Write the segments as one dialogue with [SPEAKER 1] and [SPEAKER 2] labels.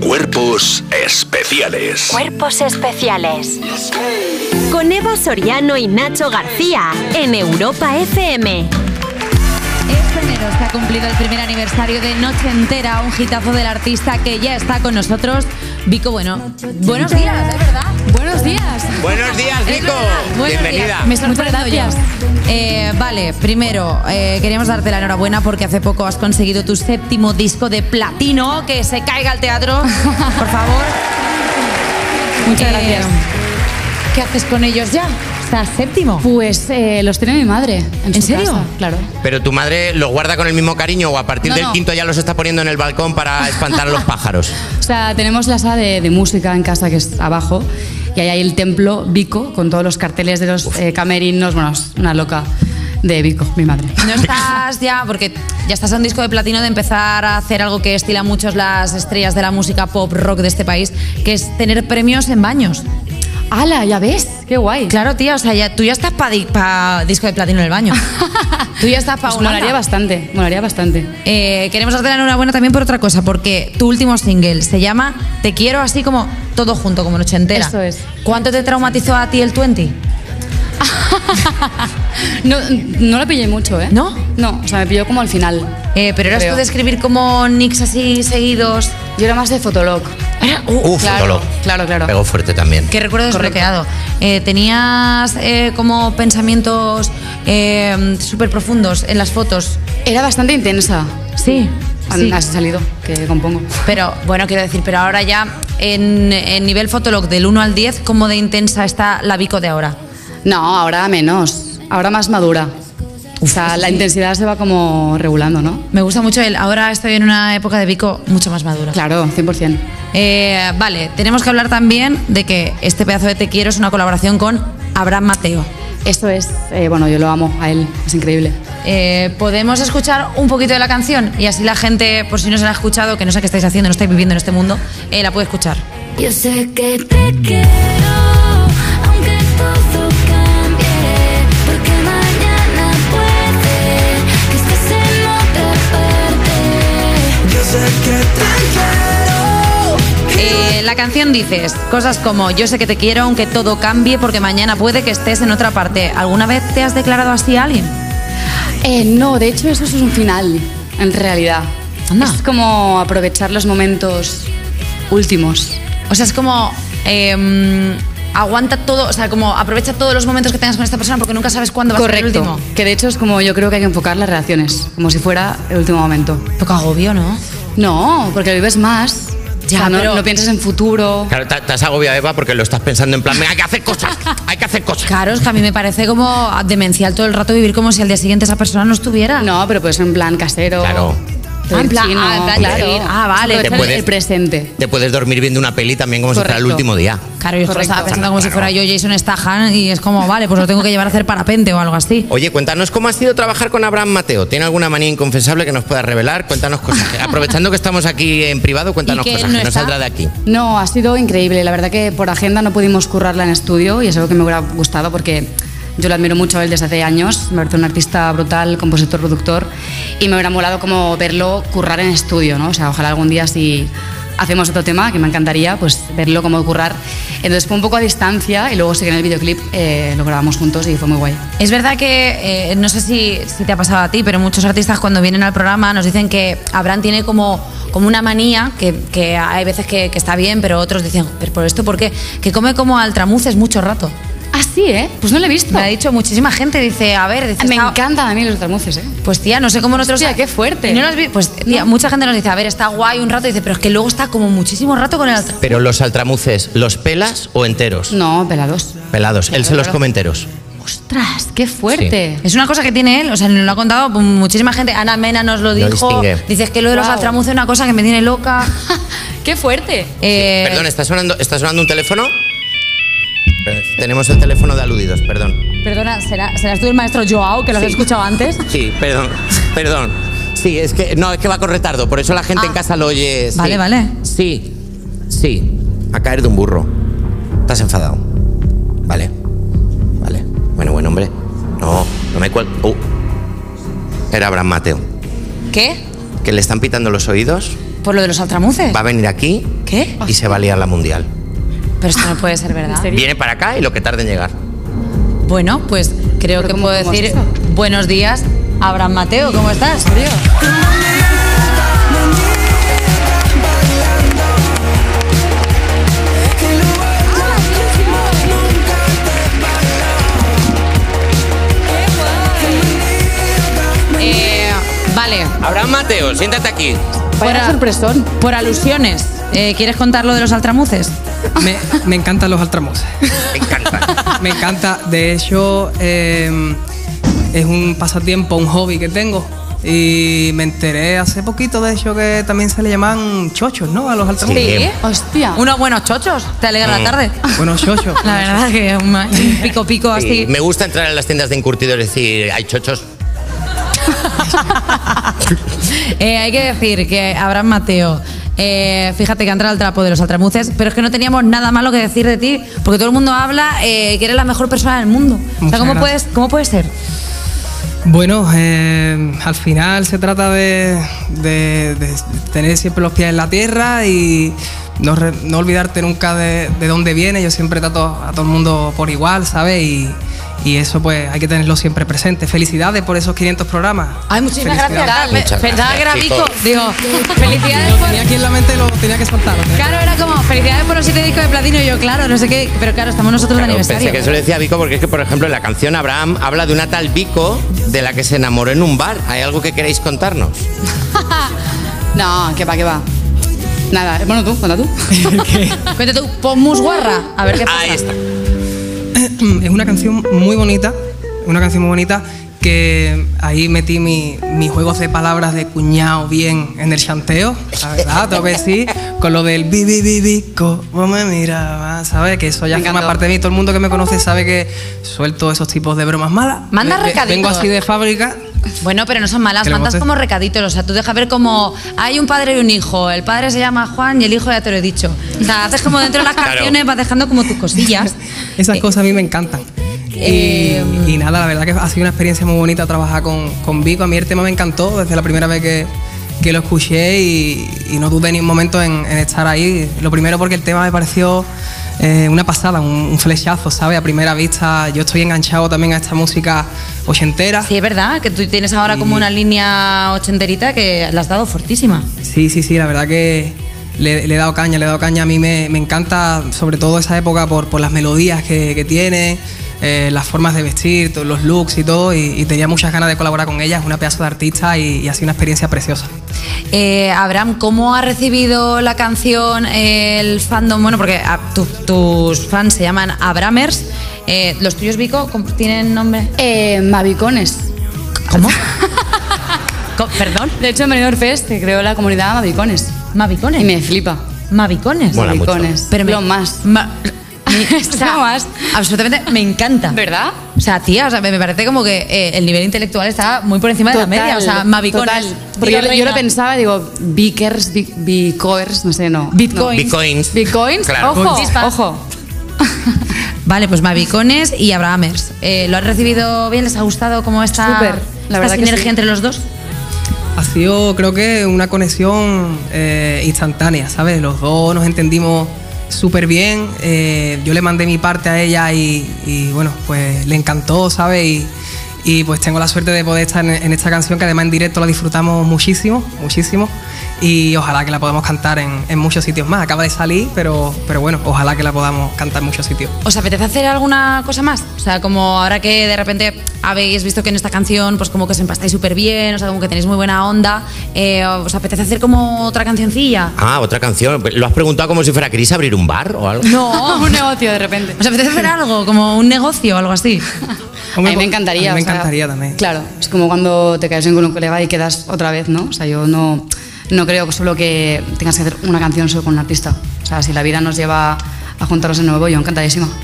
[SPEAKER 1] Cuerpos especiales.
[SPEAKER 2] Cuerpos especiales. Con Eva Soriano y Nacho García en Europa FM.
[SPEAKER 3] Este enero se ha cumplido el primer aniversario de Noche Entera, un hitazo del artista que ya está con nosotros, Vico Bueno. Buenos días, es verdad. Buenos días.
[SPEAKER 4] Buenos días,
[SPEAKER 3] Es
[SPEAKER 4] Vico.
[SPEAKER 3] verdad, buenos
[SPEAKER 4] Bienvenida.
[SPEAKER 3] días. Me he sorprendido yo. Eh, vale, primero, eh, queríamos darte la enhorabuena porque hace poco has conseguido tu séptimo disco de platino. Que se caiga al teatro, por favor.
[SPEAKER 5] Muchas
[SPEAKER 3] Eh,
[SPEAKER 5] gracias.
[SPEAKER 3] ¿Qué haces con ellos ya? ¿Estás séptimo?
[SPEAKER 5] Pues eh, los tiene mi madre. ¿En, su
[SPEAKER 3] serio?
[SPEAKER 5] casa, claro.
[SPEAKER 4] Pero tu madre los guarda con el mismo cariño o a partir
[SPEAKER 5] No,
[SPEAKER 4] del
[SPEAKER 5] no.
[SPEAKER 4] quinto ya los está poniendo en el balcón para espantar a los pájaros.
[SPEAKER 5] O sea, tenemos la sala de, de música en casa que es abajo y ahí hay el templo Vico con todos los carteles de los eh, camerinos. Bueno, es una loca de Vico, mi madre.
[SPEAKER 3] No estás ya, porque ya estás a un disco de platino de empezar a hacer algo que estila muchos las estrellas de la música pop rock de este país, que es tener premios en baños.
[SPEAKER 5] ¡Hala! Ya ves, qué guay.
[SPEAKER 3] Claro, tía, o sea, ya, tú ya estás para disco de platino en el baño. tú ya estás para
[SPEAKER 5] Pues molaría bastante, molaría bastante.
[SPEAKER 3] Eh, queremos darte la enhorabuena también por otra cosa, porque tu último single se llama Te quiero así como todo junto, como noche entera.
[SPEAKER 5] Eso es.
[SPEAKER 3] ¿Cuánto te traumatizó a ti el 20?
[SPEAKER 5] No, no lo pillé mucho, ¿eh?
[SPEAKER 3] ¿No?
[SPEAKER 5] No, o sea, me pilló como al final.
[SPEAKER 3] Eh, pero eras
[SPEAKER 5] Creo.
[SPEAKER 3] tú de escribir como nicks así seguidos.
[SPEAKER 5] Yo era más de Fotolog.
[SPEAKER 3] uh,
[SPEAKER 4] Uf,
[SPEAKER 5] claro,
[SPEAKER 4] Lolo.
[SPEAKER 5] claro, claro.
[SPEAKER 4] Pegó fuerte también.
[SPEAKER 3] Que recuerdo
[SPEAKER 5] Correcto.
[SPEAKER 3] desbloqueado. Eh, ¿Tenías eh, como pensamientos súper profundos en las fotos?
[SPEAKER 5] Era bastante intensa.
[SPEAKER 3] Sí.
[SPEAKER 5] Así ha salido, que compongo.
[SPEAKER 3] Pero bueno, quiero decir, pero ahora ya en, en nivel fotolog del 1 al 10, ¿cómo de intensa está la Vico de ahora?
[SPEAKER 5] No, ahora menos. Ahora más madura. O sea, la intensidad se va como regulando, ¿no?
[SPEAKER 3] Me gusta mucho el. Ahora estoy en una época de Vico mucho más madura.
[SPEAKER 5] Claro, 100%.
[SPEAKER 3] Eh, vale, tenemos que hablar también de que este pedazo de Te Quiero es una colaboración con Abraham Mateo.
[SPEAKER 5] Esto es, eh, bueno, yo lo amo a él, es increíble.
[SPEAKER 3] Eh, ¿Podemos escuchar un poquito de la canción? Y así la gente, por si no se la ha escuchado, que no sé qué estáis haciendo, no estáis viviendo en este mundo, eh, la puede escuchar.
[SPEAKER 6] Yo sé que te quiero, aunque todo cambie, porque mañana puede que estés en otra parte.
[SPEAKER 7] Yo sé que te quiero.
[SPEAKER 3] Eh, la canción dices cosas como Yo sé que te quiero aunque todo cambie porque mañana puede que estés en otra parte. ¿Alguna vez te has declarado así a alguien?
[SPEAKER 5] Eh, no, de hecho eso es un final, en realidad.
[SPEAKER 3] Anda.
[SPEAKER 5] Es como aprovechar los momentos últimos.
[SPEAKER 3] O sea, es como... eh, aguanta todo, o sea, como aprovecha todos los momentos que tengas con esta persona porque nunca sabes cuándo va a ser el último.
[SPEAKER 5] Que de hecho es como yo creo que hay que enfocar las relaciones, como si fuera el último momento.
[SPEAKER 3] Poco agobio, ¿no?
[SPEAKER 5] No, porque lo vives más.
[SPEAKER 3] Ya,
[SPEAKER 5] O sea, no,
[SPEAKER 3] pero-
[SPEAKER 5] no piensas en futuro.
[SPEAKER 4] Claro, te, te has agobiado, Eva, porque lo estás pensando en plan, "Venga, hay que hacer cosas, hay que hacer cosas.
[SPEAKER 3] Claro, es que a mí me parece como demencial todo el rato vivir como si al día siguiente esa persona no estuviera.
[SPEAKER 5] No, pero pues en plan casero.
[SPEAKER 4] Claro.
[SPEAKER 5] todo
[SPEAKER 3] Ah, en plan-
[SPEAKER 5] chino,
[SPEAKER 3] ah, en plan
[SPEAKER 5] claro.
[SPEAKER 3] chino. Ah, vale.
[SPEAKER 5] Aprovechar
[SPEAKER 4] Te puedes-
[SPEAKER 5] el presente.
[SPEAKER 4] Te puedes dormir viendo una peli también como si fuera el
[SPEAKER 5] Correcto.
[SPEAKER 4] último día.
[SPEAKER 3] Claro, yo esto lo
[SPEAKER 5] Correcto.
[SPEAKER 3] estaba pensando como si fuera yo Jason Statham y es como, vale, pues lo tengo que llevar a hacer parapente o algo así.
[SPEAKER 4] Oye, cuéntanos cómo ha sido trabajar con Abraham Mateo. ¿Tiene alguna manía inconfesable que nos puedas revelar? Cuéntanos cosas. Aprovechando que estamos aquí en privado, cuéntanos
[SPEAKER 3] que él
[SPEAKER 4] cosas
[SPEAKER 3] no
[SPEAKER 4] que no
[SPEAKER 3] está?
[SPEAKER 4] saldrá de aquí.
[SPEAKER 5] No, ha sido increíble. La verdad que por agenda no pudimos currarla en estudio y es algo que me hubiera gustado porque yo lo admiro mucho a él desde hace años. Me parece un artista brutal, compositor, productor y me hubiera molado como verlo currar en estudio, ¿no? O sea, ojalá algún día si hacemos otro tema, que me encantaría, pues verlo como currar. Entonces fue un poco a distancia y luego sí que en el videoclip eh, lo grabamos juntos y fue muy guay.
[SPEAKER 3] Es verdad que, eh, no sé si, si te ha pasado a ti, pero muchos artistas cuando vienen al programa nos dicen que Abraham tiene como, como una manía, que, que hay veces que, que está bien, pero otros dicen, pero por esto, ¿por qué? Que come como altramuces mucho rato.
[SPEAKER 5] Ah, sí, ¿eh? Pues no lo he visto.
[SPEAKER 3] Me ha dicho muchísima gente, dice, a ver, dice,
[SPEAKER 5] Me
[SPEAKER 3] "Está-
[SPEAKER 5] encantan a mí los tramuces, ¿eh?
[SPEAKER 3] Pues tía, no sé cómo nosotros.
[SPEAKER 5] Hostia, qué fuerte.
[SPEAKER 3] Y no las vi- Pues tía, mucha gente nos dice, a ver, está guay un rato, y dice, pero es que luego está como muchísimo rato con el altra.
[SPEAKER 4] Pero los altramuces, ¿los pelas o enteros?
[SPEAKER 5] No, pelados.
[SPEAKER 4] Pelados. Él se los come enteros.
[SPEAKER 5] Ostras, qué fuerte.
[SPEAKER 3] Eh, Es una cosa que tiene él, o sea, nos lo ha contado muchísima gente. Ana Mena nos lo
[SPEAKER 4] Lo
[SPEAKER 3] dijo.
[SPEAKER 4] distingue.
[SPEAKER 3] Dices que lo de los
[SPEAKER 5] Guau.
[SPEAKER 3] altramuces es una cosa que me tiene loca.
[SPEAKER 5] qué fuerte.
[SPEAKER 3] Eh,
[SPEAKER 4] Perdón, ¿está sonando, ¿está sonando un teléfono? Perdón, Tenemos el teléfono de aludidos, perdón.
[SPEAKER 3] perdona, ¿será- ¿serás tú el maestro Joao que lo has
[SPEAKER 4] Sí.
[SPEAKER 3] escuchado antes?
[SPEAKER 4] Sí, perdón, perdón. Sí, es que no, es que va con retardo, por eso la gente
[SPEAKER 3] Ah.
[SPEAKER 4] en casa lo oye. sí.
[SPEAKER 3] Vale, vale.
[SPEAKER 4] Sí, sí. A caer de un burro. Estás enfadado. Vale, vale. Bueno, buen hombre. No, no me cuel. Uh. Era Abraham Mateo.
[SPEAKER 3] ¿Qué?
[SPEAKER 4] Que le están pitando los oídos
[SPEAKER 3] Por lo de los altramuces.
[SPEAKER 4] Va a venir aquí
[SPEAKER 3] ¿Qué?
[SPEAKER 4] y se va a liar la mundial.
[SPEAKER 3] Pero esto no puede ser verdad.
[SPEAKER 4] Viene para acá y lo que tarde en llegar.
[SPEAKER 3] Bueno, pues creo que
[SPEAKER 5] ¿cómo-
[SPEAKER 3] puedo
[SPEAKER 5] cómo
[SPEAKER 3] decir
[SPEAKER 5] has hecho?
[SPEAKER 3] buenos días. Abraham Mateo, ¿cómo estás, tío? Eh, vale,
[SPEAKER 4] Abraham Mateo, siéntate aquí.
[SPEAKER 5] Vaya
[SPEAKER 3] Fuera.
[SPEAKER 5] sorpresón.
[SPEAKER 3] por alusiones, eh, ¿quieres contar lo de los altramuces?
[SPEAKER 8] Me, me encantan los altramuses.
[SPEAKER 4] Me encanta.
[SPEAKER 8] Me encanta. De hecho, eh, es un pasatiempo, un hobby que tengo. Y me enteré hace poquito, de hecho, que también se le llaman chochos, ¿no? A los altramuses.
[SPEAKER 4] Sí.
[SPEAKER 5] Hostia.
[SPEAKER 3] Unos buenos chochos, te alegra la tarde.
[SPEAKER 8] Bueno, chochos.
[SPEAKER 3] La verdad que un ma- un pico pico
[SPEAKER 4] Sí,
[SPEAKER 3] así.
[SPEAKER 4] me gusta entrar en las tiendas de encurtidores y decir, hay chochos.
[SPEAKER 3] Eh, hay que decir que Abraham Mateo, eh, fíjate que ha entrado al trapo de los altramuces, pero es que no teníamos nada malo que decir de ti, porque todo el mundo habla eh, que eres la mejor persona del mundo. o sea,
[SPEAKER 8] Muchas
[SPEAKER 3] ¿cómo
[SPEAKER 8] gracias.
[SPEAKER 3] puedes, ¿cómo puedes ser?
[SPEAKER 8] Bueno, eh, al final se trata de, de- de tener siempre los pies en la tierra y no, re- no olvidarte nunca de, de dónde viene. Yo siempre trato a todo el mundo por igual, ¿sabes? Y, y eso pues hay que tenerlo siempre presente. Felicidades por esos 500 programas.
[SPEAKER 3] Ay, muchísimas
[SPEAKER 8] Felicidades.
[SPEAKER 3] gracias. Tal,
[SPEAKER 4] Muchas
[SPEAKER 3] pe- Pensaba que era
[SPEAKER 4] gracias,
[SPEAKER 3] pico.
[SPEAKER 4] chicos.
[SPEAKER 3] Digo, felicidades
[SPEAKER 8] Lo
[SPEAKER 3] por.
[SPEAKER 8] tenía aquí en la mente y lo tenía que soltar. lo tenía-
[SPEAKER 3] Claro, era como, felicidades por los siete discos de platino. Y yo, claro, no sé qué. Pero claro, estamos nosotros
[SPEAKER 4] Claro,
[SPEAKER 3] de
[SPEAKER 4] pensé
[SPEAKER 3] aniversario.
[SPEAKER 4] que eso le decía Vico porque es que, por ejemplo, en la canción Abraham habla de una tal Vico de la que se enamoró en un bar. ¿Hay algo que queréis contarnos?
[SPEAKER 5] No, que va, que va. Nada, bueno, tú, cuenta tú.
[SPEAKER 3] Cuéntate tú, pon musguarra. A ver qué pasa.
[SPEAKER 4] Ahí está.
[SPEAKER 8] Mm, es una canción muy bonita, una canción muy bonita que ahí metí mi- mis juegos de palabras de cuñado bien en el chanteo, la verdad, tengo que decir, con lo del bi bi bi bico, vos me mirabas, ¿sabes? Que eso ya
[SPEAKER 5] Me
[SPEAKER 8] forma
[SPEAKER 5] encantó.
[SPEAKER 8] parte de mí, todo el mundo que me conoce sabe que suelto esos tipos de bromas malas.
[SPEAKER 3] Manda
[SPEAKER 8] Ve- ve-
[SPEAKER 3] recaditos.
[SPEAKER 8] Vengo así de fábrica,
[SPEAKER 3] Bueno, pero no son malas,
[SPEAKER 8] Que lo
[SPEAKER 3] mandas
[SPEAKER 8] votes.
[SPEAKER 3] como recaditos. O sea, tú dejas ver como hay un padre y un hijo. El padre se llama Juan y el hijo ya te lo he dicho. O sea, haces como dentro de las
[SPEAKER 4] Claro.
[SPEAKER 3] canciones, vas dejando como tus cosillas.
[SPEAKER 8] Esas
[SPEAKER 3] Eh,
[SPEAKER 8] cosas a mí me encantan. Y,
[SPEAKER 3] Eh,
[SPEAKER 8] y nada, la verdad que ha sido una experiencia muy bonita trabajar con, con Vico. A mí el tema me encantó desde la primera vez que, que lo escuché y, y no dudé ni un momento en, en estar ahí. Lo primero porque el tema me pareció eh, una pasada, un, un flechazo, ¿sabes? A primera vista yo estoy enganchado también a esta música ochentera.
[SPEAKER 3] Sí, es verdad, que tú tienes ahora como una línea ochenterita que la has dado fortísima.
[SPEAKER 8] Sí, sí, sí, la verdad que le, le he dado caña, le he dado caña. A mí me, me encanta, sobre todo esa época, por, por las melodías que, que tiene, eh, las formas de vestir, to- los looks y todo. Y, y tenía muchas ganas de colaborar con ella. Es una pedazo de artista y, y ha sido una experiencia preciosa.
[SPEAKER 3] Eh, Abraham, ¿cómo ha recibido la canción eh, el fandom? Bueno, porque ah, tu- tus fans se llaman Abramers. Eh, ¿Los tuyos, Vico, com- tienen nombre?
[SPEAKER 5] Eh, Mavicones.
[SPEAKER 3] ¿Cómo? Co- ¿Perdón?
[SPEAKER 5] De hecho, en Benidorm Fest se creó la comunidad Mavicones.
[SPEAKER 3] ¿Mavicones?
[SPEAKER 5] Y me flipa.
[SPEAKER 3] ¿Mavicones?
[SPEAKER 4] Mola mucho.
[SPEAKER 5] Mavicones.
[SPEAKER 3] Pero me-
[SPEAKER 5] lo más.
[SPEAKER 3] ma- me-
[SPEAKER 5] Es lo más.
[SPEAKER 3] Absolutamente, me encanta.
[SPEAKER 5] ¿Verdad?
[SPEAKER 3] O sea, tía, o sea, me, me parece como que eh, el nivel intelectual está muy por encima de la media. O sea, mavicones.
[SPEAKER 5] total. Porque yo,
[SPEAKER 3] Digo,
[SPEAKER 5] yo lo
[SPEAKER 3] reina.
[SPEAKER 5] pensaba, digo, Bikers, bi- Bicoers, no sé, no.
[SPEAKER 3] Bitcoin.
[SPEAKER 4] Bitcoins.
[SPEAKER 5] No. Bitcoins,
[SPEAKER 4] Claro.
[SPEAKER 5] ojo,
[SPEAKER 3] Chispa.
[SPEAKER 5] ojo.
[SPEAKER 3] Vale, pues mavicones y abrahamers. Eh, ¿Lo han recibido bien? ¿Les ha gustado cómo está
[SPEAKER 5] Súper,
[SPEAKER 3] esta
[SPEAKER 5] la verdad que
[SPEAKER 3] sinergia
[SPEAKER 5] sí.
[SPEAKER 3] entre los dos?
[SPEAKER 8] Ha sido, creo que, una conexión eh, instantánea, ¿sabes? Los dos nos entendimos súper bien. eh, yo le mandé mi parte a ella y, y, bueno, pues le encantó, ¿sabes? Y, y, pues tengo la suerte de poder estar en, en esta canción, que además en directo la disfrutamos muchísimo, muchísimo. Y ojalá que la podamos cantar en, en muchos sitios más. Acaba de salir, pero, pero bueno, ojalá que la podamos cantar en muchos sitios.
[SPEAKER 3] ¿Os apetece hacer alguna cosa más? O sea, como ahora que de repente habéis visto que en esta canción, pues como que os empastáis súper bien, o sea, como que tenéis muy buena onda, eh, ¿os apetece hacer como otra cancioncilla?
[SPEAKER 4] Ah, otra canción. ¿Lo has preguntado como si fuera queréis abrir un bar o algo?
[SPEAKER 3] No,
[SPEAKER 5] un negocio de repente.
[SPEAKER 3] ¿Os apetece hacer algo? Como un negocio o algo así.
[SPEAKER 8] Hombre,
[SPEAKER 5] a mí me
[SPEAKER 8] pues,
[SPEAKER 5] encantaría.
[SPEAKER 8] a mí me
[SPEAKER 5] o sea,
[SPEAKER 8] encantaría también.
[SPEAKER 5] Claro, es como cuando te caes bien con un colega y quedas otra vez, ¿no? O sea, yo no, no creo que solo que tengas que hacer una canción solo con un artista. O sea, si la vida nos lleva a juntarnos de nuevo, yo encantadísima.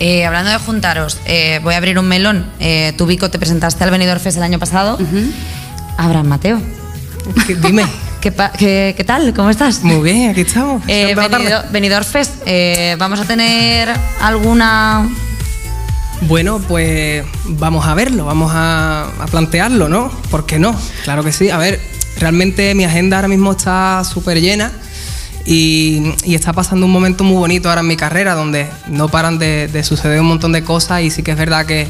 [SPEAKER 3] Eh, hablando de juntaros, eh, voy a abrir un melón. Eh, tú, Vico, te presentaste al Benidorm Fest el año pasado. Abraham Mateo,
[SPEAKER 8] Que- Dime.
[SPEAKER 3] ¿qué, pa- qué- qué tal? ¿Cómo estás?
[SPEAKER 8] Muy bien, aquí estamos.
[SPEAKER 3] Eh,
[SPEAKER 8] Siempre a la tarde.
[SPEAKER 3] Benidorm- Benidorm Fest, eh, vamos a tener alguna...
[SPEAKER 8] Bueno, pues vamos a verlo, vamos a, a plantearlo, ¿no? ¿Por qué no? Claro que sí. A ver, Realmente mi agenda ahora mismo está súper llena y, y está pasando un momento muy bonito ahora en mi carrera donde no paran de, de suceder un montón de cosas y sí que es verdad que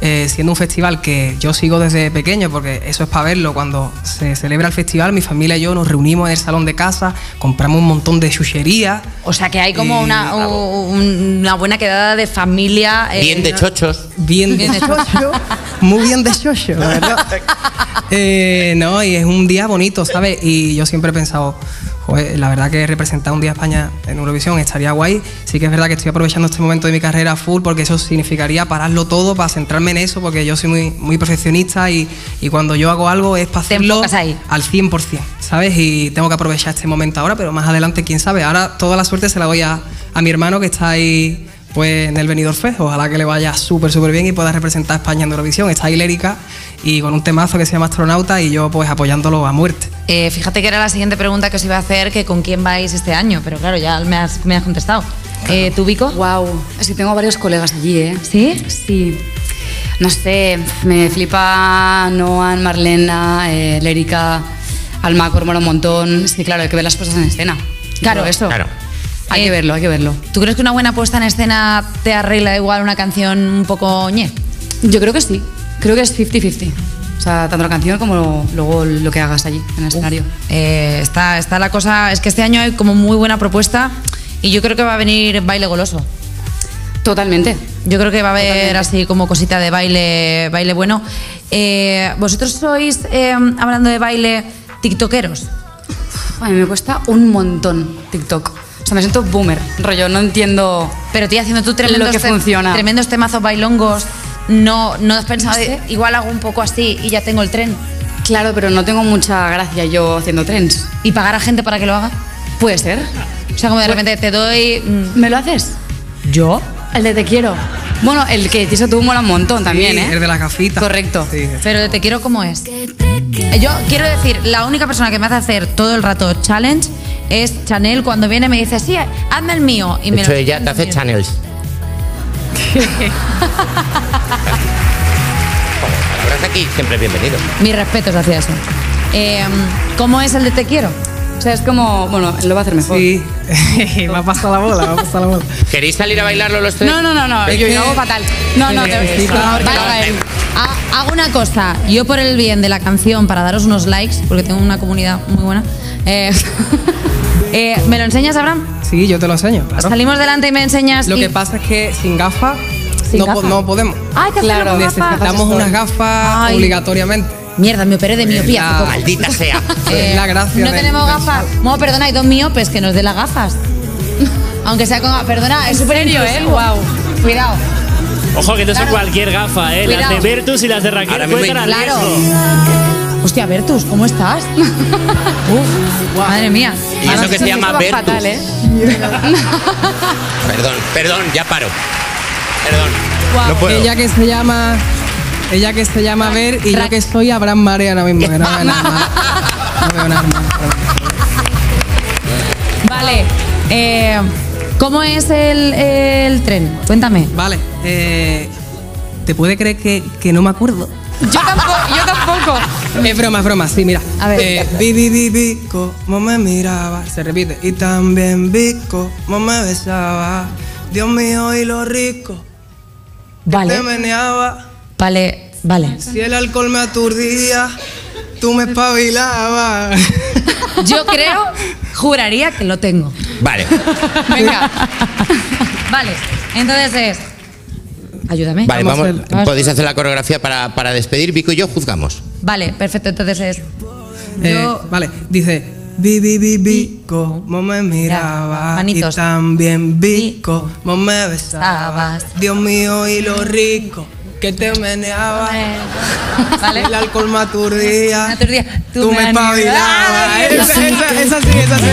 [SPEAKER 8] eh, siendo un festival que yo sigo desde pequeño, porque eso es para verlo, cuando se celebra el festival, mi familia y yo nos reunimos en el salón de casa, compramos un montón de chucherías,
[SPEAKER 3] O sea que hay como
[SPEAKER 8] Y-
[SPEAKER 3] una, un- una buena quedada de familia. eh,
[SPEAKER 4] Bien de
[SPEAKER 3] no-
[SPEAKER 4] chochos.
[SPEAKER 8] Bien
[SPEAKER 3] Bien
[SPEAKER 8] de
[SPEAKER 3] de
[SPEAKER 8] chocho. Muy bien de chocho, la verdad. Eh, no, y es un día bonito, ¿sabes? Y yo siempre he pensado, joder, la verdad que representar un día a España en Eurovisión estaría guay. Sí que es verdad que estoy aprovechando este momento de mi carrera full porque eso significaría pararlo todo para centrarme en eso porque yo soy muy, muy perfeccionista y, y cuando yo hago algo es para
[SPEAKER 3] Te
[SPEAKER 8] hacerlo
[SPEAKER 3] enfocas ahí.
[SPEAKER 8] al 100%, ¿sabes? Y tengo que aprovechar este momento ahora, pero más adelante, quién sabe. Ahora toda la suerte se la doy a, a mi hermano que está ahí pues en el Benidorm Fest. Ojalá que le vaya súper, súper bien y pueda representar a España en Eurovisión. Está ahí Lérica y con un temazo que se llama Astronauta y yo pues apoyándolo a muerte.
[SPEAKER 3] Eh, fíjate que era la siguiente pregunta que os iba a hacer, que con quién vais este año, pero claro, ya me has, me has contestado. Eh, ¿Tú, Vico?
[SPEAKER 5] Wow, sí tengo varios colegas allí, ¿eh?
[SPEAKER 3] ¿Sí?
[SPEAKER 5] Sí. No sé, me flipa Noan, Marlena, eh, Lérica, Alma, Cormora un montón. Es que claro, hay que ver las cosas en escena.
[SPEAKER 3] Claro,
[SPEAKER 5] Todo eso.
[SPEAKER 4] claro.
[SPEAKER 5] Hay
[SPEAKER 3] Eh,
[SPEAKER 5] que verlo, hay que verlo.
[SPEAKER 3] ¿Tú crees que una buena puesta en escena te arregla igual una canción un poco ñe?
[SPEAKER 5] Yo creo que sí. Creo que es 50-50. O sea, tanto la canción como lo- luego lo que hagas allí, en el escenario.
[SPEAKER 3] Eh, está, está la cosa, es que este año hay como muy buena propuesta y yo creo que va a venir baile goloso.
[SPEAKER 5] Totalmente.
[SPEAKER 3] Yo creo que va a haber
[SPEAKER 5] Totalmente.
[SPEAKER 3] así como cosita de baile, baile bueno. Eh, ¿Vosotros sois, eh, hablando de baile, tiktokeros?
[SPEAKER 5] A mí me cuesta un montón TikTok. O sea, me siento boomer. Rollo, no entiendo.
[SPEAKER 3] Pero tía, haciendo tú tremendos,
[SPEAKER 5] Lo que
[SPEAKER 3] te-
[SPEAKER 5] funciona.
[SPEAKER 3] tremendos temazos bailongos, no, no has pensado,
[SPEAKER 5] No sé.
[SPEAKER 3] "Eh, igual hago un poco así y ya tengo el tren.
[SPEAKER 5] Claro, pero no tengo mucha gracia yo haciendo trends.
[SPEAKER 3] ¿Y pagar a gente para que lo haga?
[SPEAKER 5] Puede ser.
[SPEAKER 3] O sea, como
[SPEAKER 5] Pues
[SPEAKER 3] de repente te doy... mm,
[SPEAKER 5] ¿Me lo haces?
[SPEAKER 3] ¿Yo?
[SPEAKER 5] El de te quiero. Bueno, el que te hizo tú mola un montón también,
[SPEAKER 8] Sí,
[SPEAKER 5] ¿eh?
[SPEAKER 8] El de las gafitas.
[SPEAKER 5] Correcto.
[SPEAKER 8] Sí.
[SPEAKER 3] Pero de te quiero como es.
[SPEAKER 6] Que te quiero.
[SPEAKER 3] Yo quiero decir, la única persona que me hace hacer todo el rato challenge es Chanel cuando viene y me dice, sí, hazme el mío. Y
[SPEAKER 4] De
[SPEAKER 3] me
[SPEAKER 4] hecho,
[SPEAKER 3] lo-
[SPEAKER 4] ella te hace channels. Como palabras aquí, siempre es bienvenido.
[SPEAKER 3] Mis respetos hacia eso. Eh, ¿Cómo es el de te quiero?
[SPEAKER 5] O sea, es como, bueno, él lo va a hacer mejor.
[SPEAKER 8] Sí, Pues, me ha pasado la bola, me ha pasado la bola.
[SPEAKER 4] ¿Queréis salir a bailarlo los tres?
[SPEAKER 5] No, no, no, no, yo lo hago fatal. No, no, te voy
[SPEAKER 8] Sí, claro,
[SPEAKER 5] a él.
[SPEAKER 3] Ha- Hago una cosa, yo por el bien de la canción, para daros unos likes, porque tengo una comunidad muy buena, eh, eh, ¿me lo enseñas, Abraham?
[SPEAKER 8] Sí, yo te lo enseño. claro.
[SPEAKER 3] Salimos delante y me enseñas...
[SPEAKER 8] Lo
[SPEAKER 3] y-
[SPEAKER 8] que pasa es que sin gafas
[SPEAKER 3] Sin
[SPEAKER 8] no, po-
[SPEAKER 3] gafas.
[SPEAKER 8] no podemos.
[SPEAKER 3] Ah, hay que hacer
[SPEAKER 5] Claro,
[SPEAKER 3] unas gafas.
[SPEAKER 8] Necesitamos unas gafas
[SPEAKER 3] Ay.
[SPEAKER 8] obligatoriamente.
[SPEAKER 3] Mierda, me operé de miopía. hace poco.
[SPEAKER 4] Maldita sea.
[SPEAKER 8] Es la gracia
[SPEAKER 3] Eh, No
[SPEAKER 8] del-
[SPEAKER 3] tenemos
[SPEAKER 8] del
[SPEAKER 3] gafas. No, perdona, hay dos miopes que nos dé las gafas. Aunque sea con. Perdona, es súper serio, ¿eh? Wow. Cuidado.
[SPEAKER 9] Ojo que no son
[SPEAKER 3] Claro.
[SPEAKER 9] cualquier gafa, ¿eh? Las de
[SPEAKER 3] Cuidado.
[SPEAKER 9] Vertus y las de Raquel
[SPEAKER 4] Ahora mismo
[SPEAKER 9] cuentan al
[SPEAKER 3] Claro.
[SPEAKER 9] riesgo.
[SPEAKER 3] Hostia, Bertus, ¿cómo estás? Uf, madre mía.
[SPEAKER 4] Y eso que se llama
[SPEAKER 5] Eso va
[SPEAKER 4] Vertus.
[SPEAKER 5] fatal, ¿eh?
[SPEAKER 4] Perdón, perdón, ya paro. Perdón. No puedo.
[SPEAKER 8] Ella que se llama. Ella que se llama Ver y yo que soy Abraham Mare ahora mismo. Que no veo nada más. No veo nada más.
[SPEAKER 3] Vale. eh, ¿Cómo es el, el tren? Cuéntame.
[SPEAKER 8] Vale. eh, ¿Te puede creer que, que no me acuerdo?
[SPEAKER 3] Yo tampoco. Yo tampoco.
[SPEAKER 8] Es broma, es broma, sí, mira.
[SPEAKER 3] A ver.
[SPEAKER 8] Eh, vi, vi, vi, vi, cómo me miraba. Se repite. Y también vi cómo me besaba. Dios mío, y lo rico. Te
[SPEAKER 3] Vale.
[SPEAKER 8] meneaba.
[SPEAKER 3] Vale. Vale.
[SPEAKER 8] Si el alcohol me aturdía, tú me espabilabas.
[SPEAKER 3] Yo creo, juraría que lo tengo.
[SPEAKER 4] Vale.
[SPEAKER 3] Venga. vale, entonces es. Ayúdame.
[SPEAKER 4] Vale,
[SPEAKER 8] Vamos,
[SPEAKER 4] vamos.
[SPEAKER 8] Fel.
[SPEAKER 3] Vamos.
[SPEAKER 4] Podéis hacer la coreografía para, para despedir. Vico y yo juzgamos.
[SPEAKER 3] Vale, perfecto, entonces es.
[SPEAKER 8] Eh,
[SPEAKER 3] Yo.
[SPEAKER 8] vale, dice. Vi, vi, vi, vi, cómo me
[SPEAKER 3] Miraba,
[SPEAKER 8] miraba.
[SPEAKER 3] manitos.
[SPEAKER 8] Y también
[SPEAKER 3] Vi
[SPEAKER 8] vi cómo me besaba.
[SPEAKER 3] Estabas.
[SPEAKER 8] Dios mío, y lo rico que te meneaba.
[SPEAKER 3] Eh, Vale.
[SPEAKER 8] El alcohol me aturdía.
[SPEAKER 3] Me aturdía.
[SPEAKER 8] Tú, me espabilabas.
[SPEAKER 3] animabas.
[SPEAKER 8] Esa, esa, esa sí, esa sí.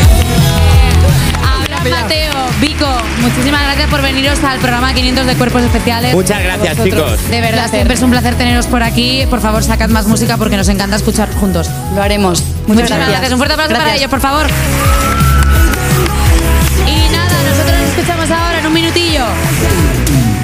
[SPEAKER 3] Abraham Mateo, Vico, muchísimas gracias por veniros al programa 500 de Cuerpos Especiales.
[SPEAKER 4] Muchas gracias, chicos.
[SPEAKER 3] De verdad, siempre es un placer teneros por aquí. Por favor, sacad más música porque nos encanta escuchar juntos.
[SPEAKER 5] Lo haremos.
[SPEAKER 3] Muchas gracias. Un fuerte aplauso para
[SPEAKER 5] Gracias.
[SPEAKER 3] ellos, por favor. Y nada, nosotros nos escuchamos ahora en un minutillo.